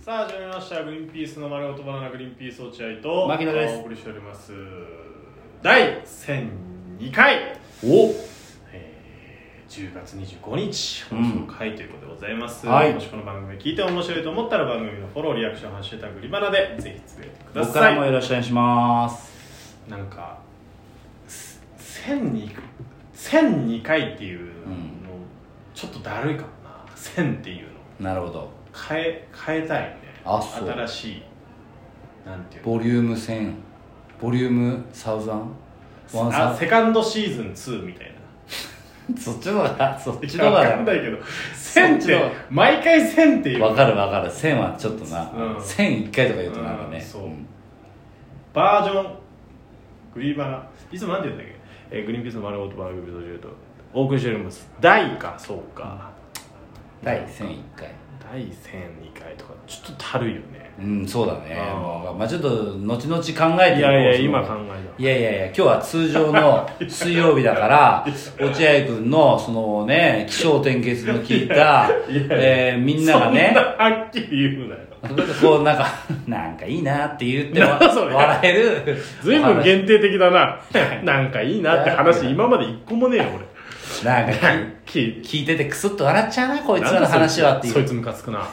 さあ始まりました「グリーンピースの丸ごとバナナグリーンピース落合」と牧野ですお送りしております第1002回、おえー、10月25日うん放送回ということでございます、はいもしこの番組聞いて面白いと思ったら番組のフォローリアクション「ハッシュタグリバナ」でぜひつぶやいてくだ僕かさらもいよろしくお願いしますなんかす1002 1002回っていうの、うんちょっとだるいかもな1000っていうのなるほど変え変えたいねあそう新しいなんていうのボリューム1000ボリュームサウザンワンあサセカンドシーズン2みたいなそっち のだそっちのわかだんなないけど1000っそっちのて毎回1000っていうわかるわかる1000はちょっとなうん1001回とか言うとなんかうんねそうんバージョングリーバナいつもなんて言うんだっけ、えーグリーンピースの丸ごとバーグビートとお送りしております第かそうか第1001回第1002回とかちょっとたるいよねうんそうだねあーもうまあちょっと後々考えていいこうやいやその今考えたいやいやいや今日は通 常の水曜日だから落合君のそのね気象転結の聞いた いやいやえーみんながねそんなはっきり言うなよそれでこうなんかなんかいいなって言ってわなんだそれ笑える随分限定的だななんかいいなってい話や今まで一個もねえよなん俺かはっ きり聞いててクスッと笑っちゃうなこいつらの話はっていそいうつムカつくな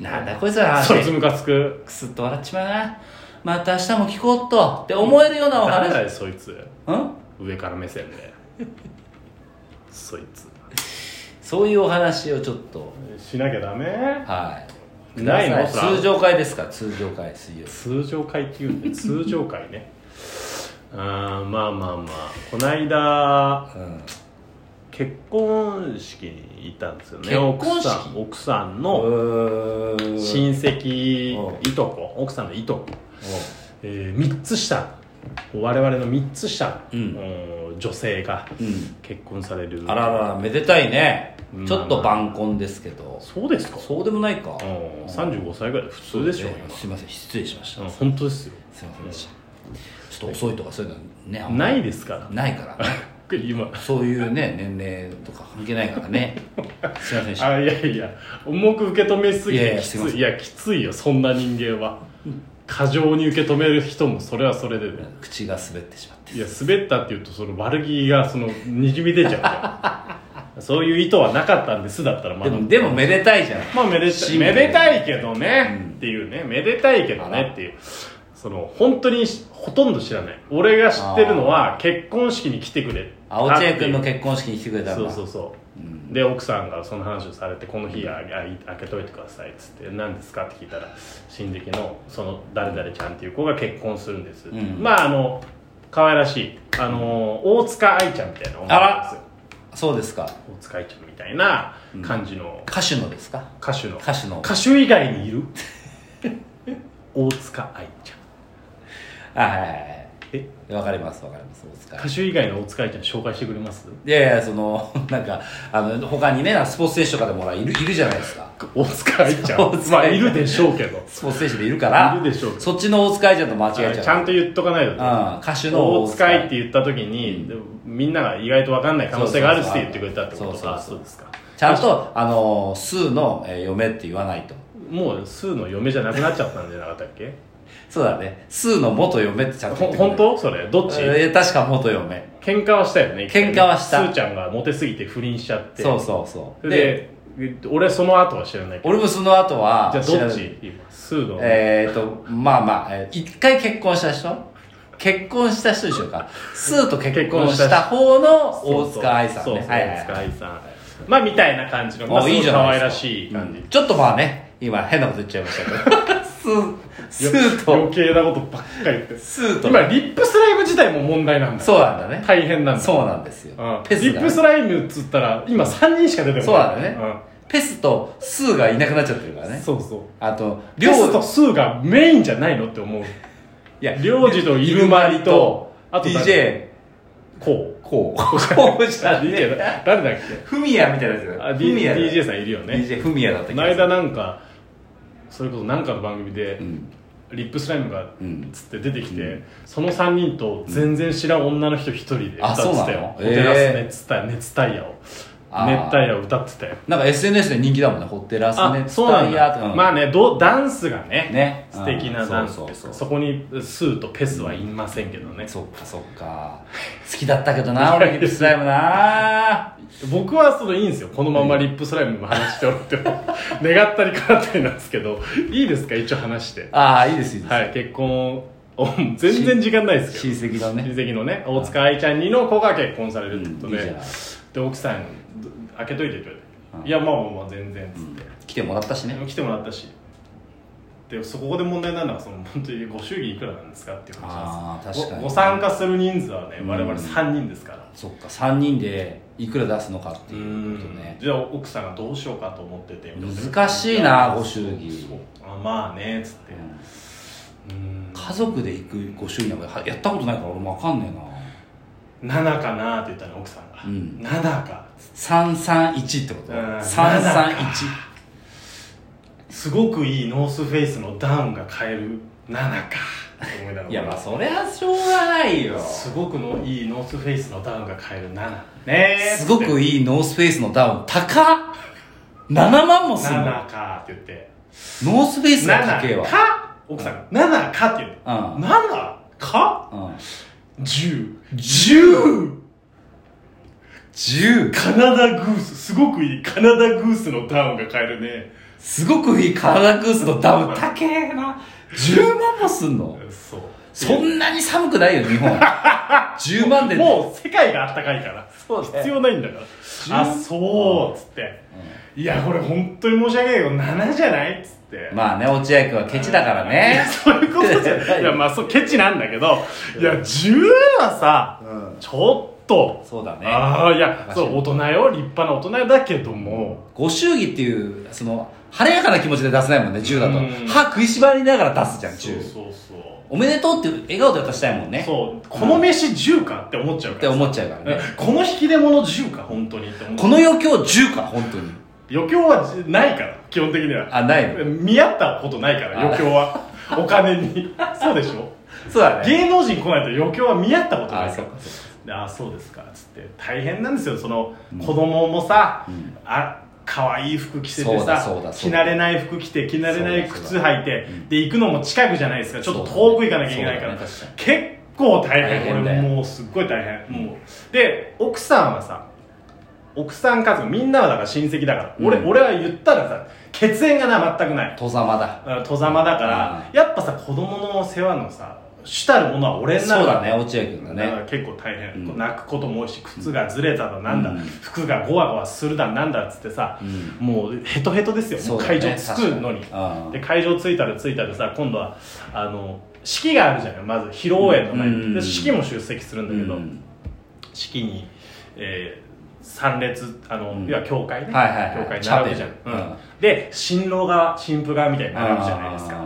なんだこいつらのそいつ話ムカつくクスッと笑っちまうなまた明日も聞こうっとって思えるようなお誰話だよそいつうん上から目線でそいつそういうお話をちょっとしなきゃダメはいないのくださそら通常会ですから通常会水曜日通常会っていうんで通常会ねあーまあまあまあこないだうん結婚式に行ったんですよね結奥婚式さん奥さんうのーん親戚うんいとこ奥さんのいとこおえー、3つ下我々の3つ下、うんうん女性がうん結婚されるあらららめでたいねうんちょっと晩婚ですけどそうですかそうでもないかうん35歳ぐらいで普通でしょええすいません失礼しました、今うん本当ですよすいませんでしたちょっと遅いとかそういうのねあんまなりいですからないからね今そういうね 年齢とか関係ないからねすいませんでしたあいやいや重く受け止めすぎいやていやきつすいませいんいやきついよそんな人間は過剰に受け止める人もそれはそれでね口が滑ってしまっていや滑ったっていうとその悪気がそのにじみ出ちゃう からそういう意図はなかったんですだったらまでだもでもめでたいじゃんまあめでたシいンプめルでたいけどね、うんっていうねめでたいけどねっていうその本当にしほとんど知らない俺が知ってるのは結婚式に来てくれ青千恵君の婚結婚式に来てくれたそのうがそうそう、うんで奥さんがその話をされて「この日ああい開けといてください」っつって「何ですか?」って聞いたら親戚のその誰々ちゃんっていう子が結婚するんです、うんまああの可愛らしいあの大塚愛ちゃんみたいな女の子ですよそうですか大塚愛ちゃんみたいな感じの歌手のですか歌手の歌手の歌手以外にいる大塚愛ちゃんあはいはいはいえわかりますわかります大塚歌手以外の大塚愛ちゃん紹介してくれますいやいやその なんかあの他にねスポーツ選手とかでもほらいるいるじゃないですか大塚愛ちゃん大塚愛ちゃんまあいるでしょうけどスポーツ選手でいるからいるでしょうそっちの大塚愛ちゃんと間違えちゃうちゃんと言っとかないと、うん歌手の大塚愛って言った時に、でもみんなが意外と分かんない可能性があるって言ってくれたってことかそうそうそうあですかちゃんと、あのー、スーの、えー嫁って言わないと。もうスーの嫁じゃなくなっちゃったんじゃなかったっ けそうだね。スーの元嫁ってちゃんと言ほってくれ本当それどっち、えー確か元嫁。喧嘩はしたよね一回ね喧嘩はしたスーちゃんがモテすぎて不倫しちゃってそうそうそう。で、で俺その後は知らないけど俺もその後は、じゃあ知どらっないち今スーの、えっ、と、まあまあ、えー一回結婚した人結婚した人でしょうか。スーと結婚した方の大塚愛さんそうね。そう、はいはい大塚はい愛さんまあみたいな感じの、まあ、あいいじゃ可な愛いらですかしい感じ、うんちょっとまあね、今変なこと言っちゃいましたけど。 スー、スーと、余計なことばっかり言ってスーと、今リップスライム自体も問題なんだそうなんだね。大変なんだそうなんですよ。うんペスリッがプスライムっつったら今3人しか出てこないそうなんだねんペスとスーがいなくなっちゃってるからね。そうそうあと、リ領ョウとスーがメインじゃないのって 思ういや、リョウジとイルマリとああとと誰 DJ、こうこう。こうじゃ DJ ね。だ誰だっけ フミヤみたいなやつだあよ。 D- フミヤだよ DJ さんいるよね DJ フミヤだったこけの間なんかそれこそなんかの番組で、うん。リップスライムがうんつって出てきて、その3人と全然知らん女の人1人で歌あってたそうなよのお寺ス熱タイ熱タイヤをあー熱帯夜を歌ってたよなんか SNS で人気だもんねホテラスあねそうなん熱帯夜だと、かうんまあねどダンスがねね素敵なダンスうんですそうそうそうそこにスーとペスはいませんけどね、そっかそっか好きだったけどな俺リップスライムな僕 はそのいいんですよこのままリップスライムの話してお っても願ったりかなったりなんですけどいいですか一応話してああいいですいいです、はい結婚を全然時間ないですけど親戚の親ね戚のね大塚愛ちゃんにの子が結婚されるってことうんいいじゃでないで奥さんど開けといてと言われうんて「いやまあまあまあ全然」っつって来てもらったしね来てもらったしでそこで問題なのはその本当にご祝儀いくらなんですかっていう話なんですあー確かにごご参加する人数はねうん我々3人ですからそっか3人でいくら出すのかってういうことねんじゃあ奥さんがどうしようかと思ってて難しいなご祝儀そうあまあねっつってうんうん家族で行くご祝儀なんかやったことないから俺もわかんねえ7かなって言ったの奥さんがなうん7か331ってことうん331すごくいいノースフェイスのダウンが買える7かと思いながら いやまあそりゃしょうがないよすごくのいいノースフェイスのダウンが買える7ねえすごくいいノースフェイスのダウン高っ7万もすんの7かって言ってノースフェイスの7家計はか奥さんが7かって言ううん7かうん10 10 10カナダグースすごくいいカナダグースのダウンが買えるねすごくいいカナダグースのダウン高えな10万もすんのそうそんなに寒くないよ日本 10万でもう世界があったかいからそうね必要ないんだからあそうっつっていやこれ本当に申し訳ないけど7じゃないっつってまあね落合君はケチだからねそういうことじゃ ないいやまあそうケチなんだけどいや10はさちょっとそうだねああいやそう大人よ立派な大人だけどもご祝儀っていうその晴れやかな気持ちで出せないもんね10だとうん歯食いしばりながら出すじゃんそう10そうそうおめでとうっていう笑顔で渡したいもんねそうこの飯10かって思っちゃうっかてらさ思っちゃうからねこの引き出物10か本当にって思うこの余興10か本当に余興はないから基本的にはあないの見合ったことないからあ余興はお金 にそうでしょそうだ芸能人来ないと余興は見合ったことなあいそかうらかそうかであそうですかっつって大変なんですよその子供もさ、んあ可愛い服着せてそうださそうだそ着うだ慣れない服着て着慣れないそ靴うだ履いてで行くのも近くじゃないですかちょっとそうだね遠く行かなきゃいけないから、そうだね確かに結構大変大変こだれよもうすっごい大変、もうで奥さんはさ奥さん家族みんなはだから親戚だから、俺うん俺は言ったらさ血縁がな全くない戸様だあ戸様だから、やっぱさ子供の世話のさ主たるものは俺になそるうからだね落合君だだかねら結構大変、うん泣くことも多いし靴がずれただなんだ、うん服がゴワゴワするだなんだっつってさ、もうヘトヘトですよそうだね会場着くのに確かにうんで会場着いたら着いたらさ今度はあの式があるじゃないまず披露宴の前に、うんで式も出席するんだけど、うん式に、えー参列あの、うん要は教会ね、はいはいはい教会に並ぶじゃんチ、ャペルうんうんで新郎側新婦側みたいに並ぶじゃないですかああ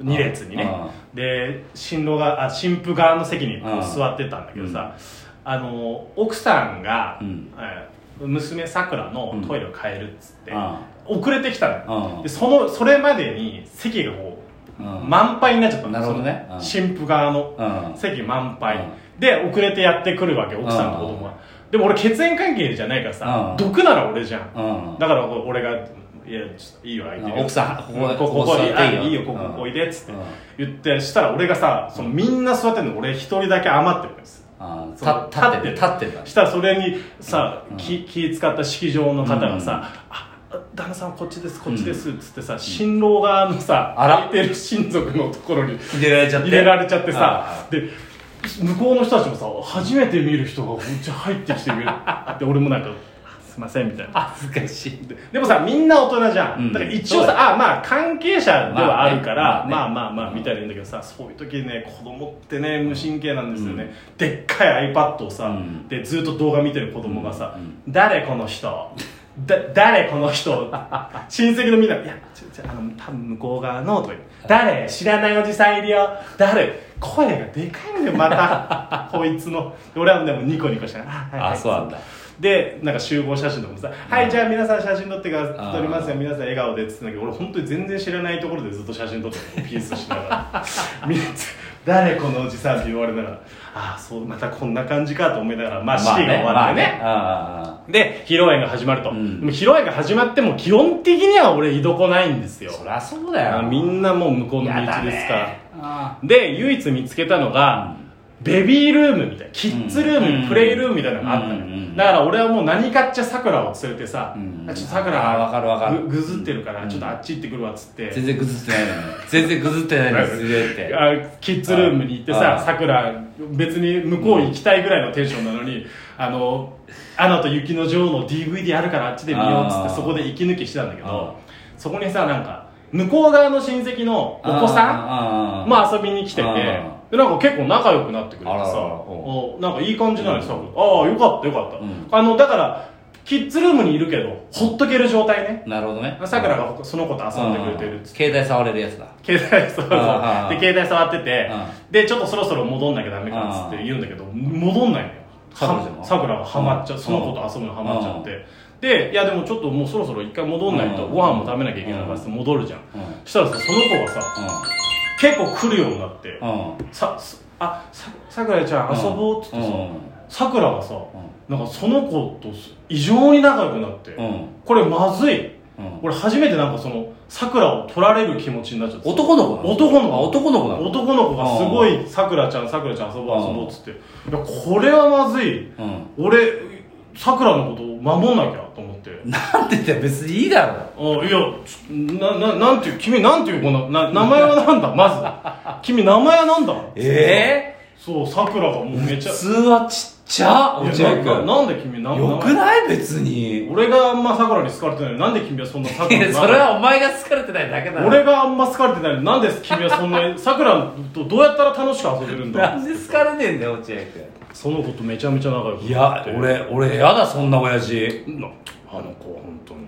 ーの2列にねあで新郎があ新婦側の席にあー座ってたんだけどさ、あの奥さんが、うんえー娘さくらのトイレを変えるっつって、あ遅れてきたのよ、あでそのそれまでに席がこうう、ん満杯になっちゃったのなるほどねそのうん新婦側のうん席満杯、うで遅れてやってくるわけ奥さんと子供は、でも俺血縁関係じゃないからさ、うん毒なら俺じゃん、うんだから俺が「いやちょっといいよ空いてるよ奥さんここうここここ座っていいよあいいよこうんここおいで」っつってうん言ってしたら俺がさそのみんな座ってんの俺一人だけ余ってるんですあそのーた立ってる立立っってるからしたらそれにさ、うん気気使った式場の方がさ「あ旦那さんこっちですこっちです」っつってさ新郎側のさあら空いてる親族のところに入れられちゃって入れられちゃってあさで向こうの人たちもさ初めて見る人がうち入ってきて見るで俺もなんか「すいません」みたいな恥ずかしいででもさみんな大人じゃん、うんだから一応そうださあまあ関係者ではあるから、ままああねまあねまあまあみたいなんだけどさそういう時ね子供ってね無神経なんですよね、でっかい iPad をさ、うんでずっと動画見てる子供がさ「うん誰この人だ誰この人親戚のみんな「いやちょちょあの多分向こう側の」とか言って「誰知らないおじさんいるよ誰声がでかいんだよま たこいつの」で俺はでもニコニコして「あはいはいあそうなんだでなんか集合写真とかもさ「はいじゃあ皆さん写真撮ってくださあいー撮りますよ皆さん笑顔 で」っつってんだけど俺本当に全然知らないところでずっと写真撮ってたのピースしながら みんな誰このおじさんって言われながらああそうまたこんな感じかと思いながらまあ式が終わってね,、あで披露宴が始まると、うんでも披露宴が始まっても基本的には俺居どこないんですあよそりゃそうだよあみんなもう向こうの道やですかだら、ねあで唯一見つけたのが、ベビールームみたいなキッズルーム、うんプレイルームみたいなのがあったのよ、うんうんうんだから俺はもう何かっちゃさくらを連れてさ、うんあちょっとさくあーわかるわからるぐぐずってるから、うんちょっとあっち行ってくるわっつって全然ぐずってないのに全然ぐずってないのに連れてってあキッズルームに行ってあさーさくら別に向こう行きたいぐらいのテンションなのに「あのアナと雪の女王」の DVD あるからあっちで見ようっつっあてーそこで息抜きしてたんだけあーどそこにさなんか向こう側の親戚のお子さんんまあ遊びに来ててうんでなんか結構仲良くなってくれてさあらららうんおなんかいい感じなのよさ、うんああよかったよかった、うんあのだからキッズルームにいるけどほっとける状態ねなるほどねさくらがその子と遊んでくれてるっつって携帯触れるやつだ携帯そうそうあーで携帯触っててうでちょっとそろそろ戻んなきゃダメかっつって言うんだけど戻んないのよさくらちゃんがさくらがハマっちゃううんその子と遊ぶのハマっちゃってでいやでもちょっともうそろそろ一回戻んないとうんご飯も食べなきゃいけないからっつって戻るじゃんうんそしたらさその子がさ結構来るようになって、うんうんさすあささくらちゃん遊ぼうっつってさ、うさくらがさんなんかその子とす異常に仲良くなって、うんうんこれまずいうん俺初めてなんかそのさくらを取られる気持ちになっちゃって男の子なの男の子あ男の子なの男の子がすごいさくらちゃんさくらちゃん遊ぼう遊ぼうっつっていやこれはまずいうん俺さくらのことを守んなきゃと思ってなんて言ったら別にいいだろあいやちなななんていう君なんていうこのな名前はなんだまず君名前はなんだえそうさくらがもうめえちゃ普通はちっちゃ落いや合なんかなん君で君なよくない別に俺があんま桜に好かれてないのになんで君はそんな桜いにやそれはお前が疲れてないだけだろ俺があんま好かれてないのになんで君はそんなに桜とどうやったら楽しく遊べるんなだんで好かれねえんだよ落合その子とめちゃめちゃ仲良く君いや俺俺やだそんな親父なあの子は本当に